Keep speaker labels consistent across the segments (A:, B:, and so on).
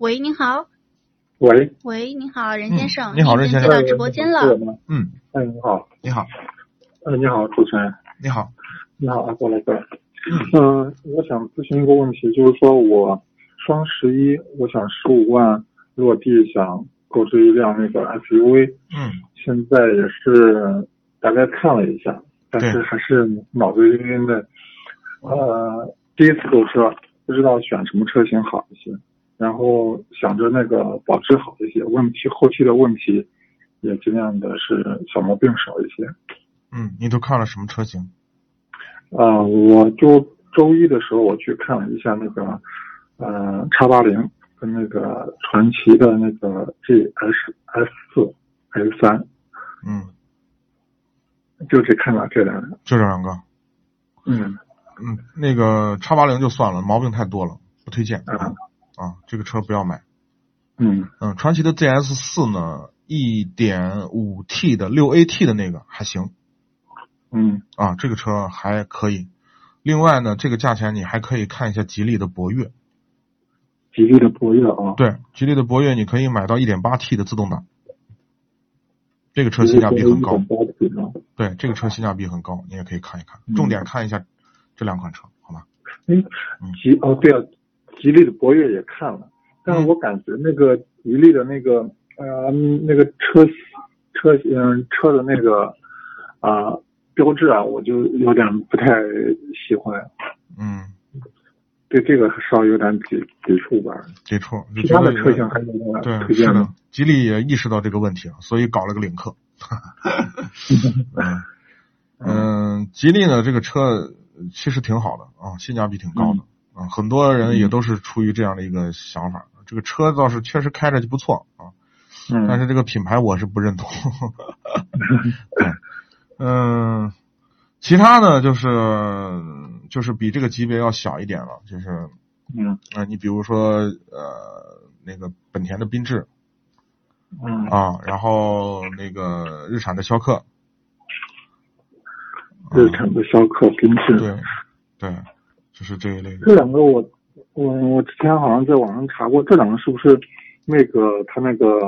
A: 喂，您好。
B: 喂，
A: 喂，您好，任先生。
C: 嗯你好任先
A: 进
C: 生
A: 到直播间
B: 是我
A: 了。
B: 吗？
C: 嗯，
B: 哎，你好，
C: 你好，
B: 哎，你好，主持人，
C: 你好，
B: 你好，啊，过来过来。嗯、我想咨询一个问题，就是说我双十一我想十五万落地，想购置一辆那个 SUV，
C: 嗯
B: 现在也是大概看了一下，但是
C: 对
B: 还是脑子晕晕的。呃，第一次购车，不知道选什么车型好一些，然后想着那个保值好一些，问题后期的问题也尽量的是小毛病少一些。
C: 嗯，你都看了什么车型？
B: 呃，我就周一的时候我去看了一下那个，呃，叉八零跟那个传祺的那个 GS S 四 S 三，
C: 嗯，
B: 就只看了这两个。
C: 就这两个。
B: 嗯
C: 嗯，那个叉八零就算了，毛病太多了，不推荐。
B: 嗯
C: 啊，这个车不要买。
B: 嗯
C: 嗯，传祺的 GS 四呢，一点五 T 的六 AT 的那个还行
B: 嗯
C: 啊，这个车还可以。另外呢，这个价钱你还可以看一下吉利的博越，
B: 吉利的博越啊，
C: 对，吉利的博越你可以买到一点八 T 的自动挡，这个车性价比很高。
B: 八匹呢。
C: 对，这个车性价比很高，你也可以看一看，
B: 嗯
C: 重点看一下这两款车，好吗？
B: 吉哦对啊，吉利的博越也看了，但是我
C: 嗯
B: 感觉那个吉利的那个呃那个车车嗯车的那个啊、标志啊，我就有点不太喜欢，
C: 嗯，
B: 对这个稍微有点抵抵触吧。
C: 没错，就
B: 其
C: 觉
B: 他
C: 得
B: 的
C: 有
B: 车
C: 点
B: 型还有点
C: 对
B: 推
C: 是
B: 荐
C: 的
B: 吗？，
C: 吉利也意识到这个问题了，所以搞了个领克。 嗯嗯，吉利呢这个车其实挺好的啊，性价比挺高的
B: 嗯
C: 啊，很多人也都是出于这样的一个想法。这个车倒是确实开着就不错啊，
B: 嗯，
C: 但是这个品牌我是不认同。 对，嗯，其他呢就是就是比这个级别要小一点了，就是啊、
B: 嗯
C: 呃你比如说呃那个本田的缤智
B: 嗯
C: 啊，然后那个日产的逍客，啊
B: 日产的逍客、缤智，
C: 对对，就是这一类的。
B: 这两个我我我之前好像在网上查过，这两个是不是那个他那个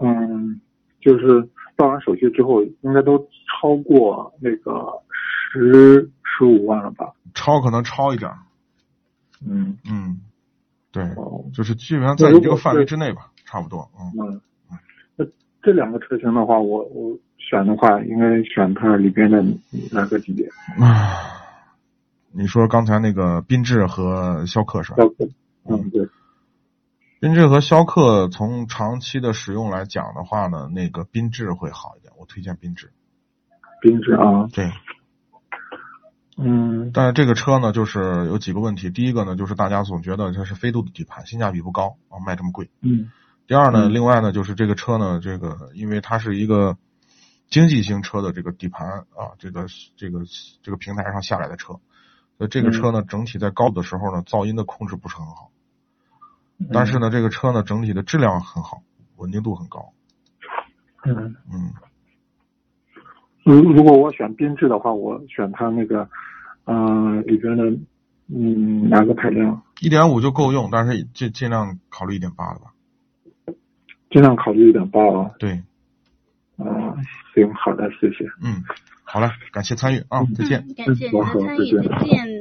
B: 嗯，就是办完手续之后，应该都超过那个十十五万了吧？
C: 超可能超一点儿，
B: 嗯，
C: 嗯，对，
B: 哦，
C: 就是基本上在你这个范围之内吧，差不多，嗯。
B: 嗯，那这两个车型的话，我我选的话，应该选它里边的哪个级别？
C: 啊，你说刚才那个缤智和逍客是吧？
B: 要不，嗯，对，
C: 缤智和逍客从长期的使用来讲的话呢，那个缤智会好一点，我推荐缤智。
B: 缤智啊，
C: 对，
B: 嗯
C: 但是这个车呢，就是有几个问题。第一个呢，就是大家总觉得它是飞度的底盘，性价比不高啊，卖这么贵。
B: 嗯
C: 第二呢，
B: 嗯
C: 另外呢，就是这个车呢，这个因为它是一个经济型车的这个底盘啊，这个这个这个平台上下来的车，所以这个
B: 嗯
C: 车呢，整体在高速的时候呢，噪音的控制不是很好。但是呢，这个车呢整体的质量很好，稳定度很高。
B: 嗯。
C: 嗯，
B: 如如果我选缤智的话，我选它那个，呃，里边的，嗯，哪个排量？
C: 一点五就够用，但是尽尽量考虑一点八的吧。
B: 尽量考虑一点八啊。
C: 对，
B: 啊、行，好的，谢谢。
C: 嗯，好了，感谢参与啊，再见。
A: 嗯，感谢您
B: 嗯
A: 的
B: 好好
A: 参
B: 再
A: 与，
B: 见
A: 再见。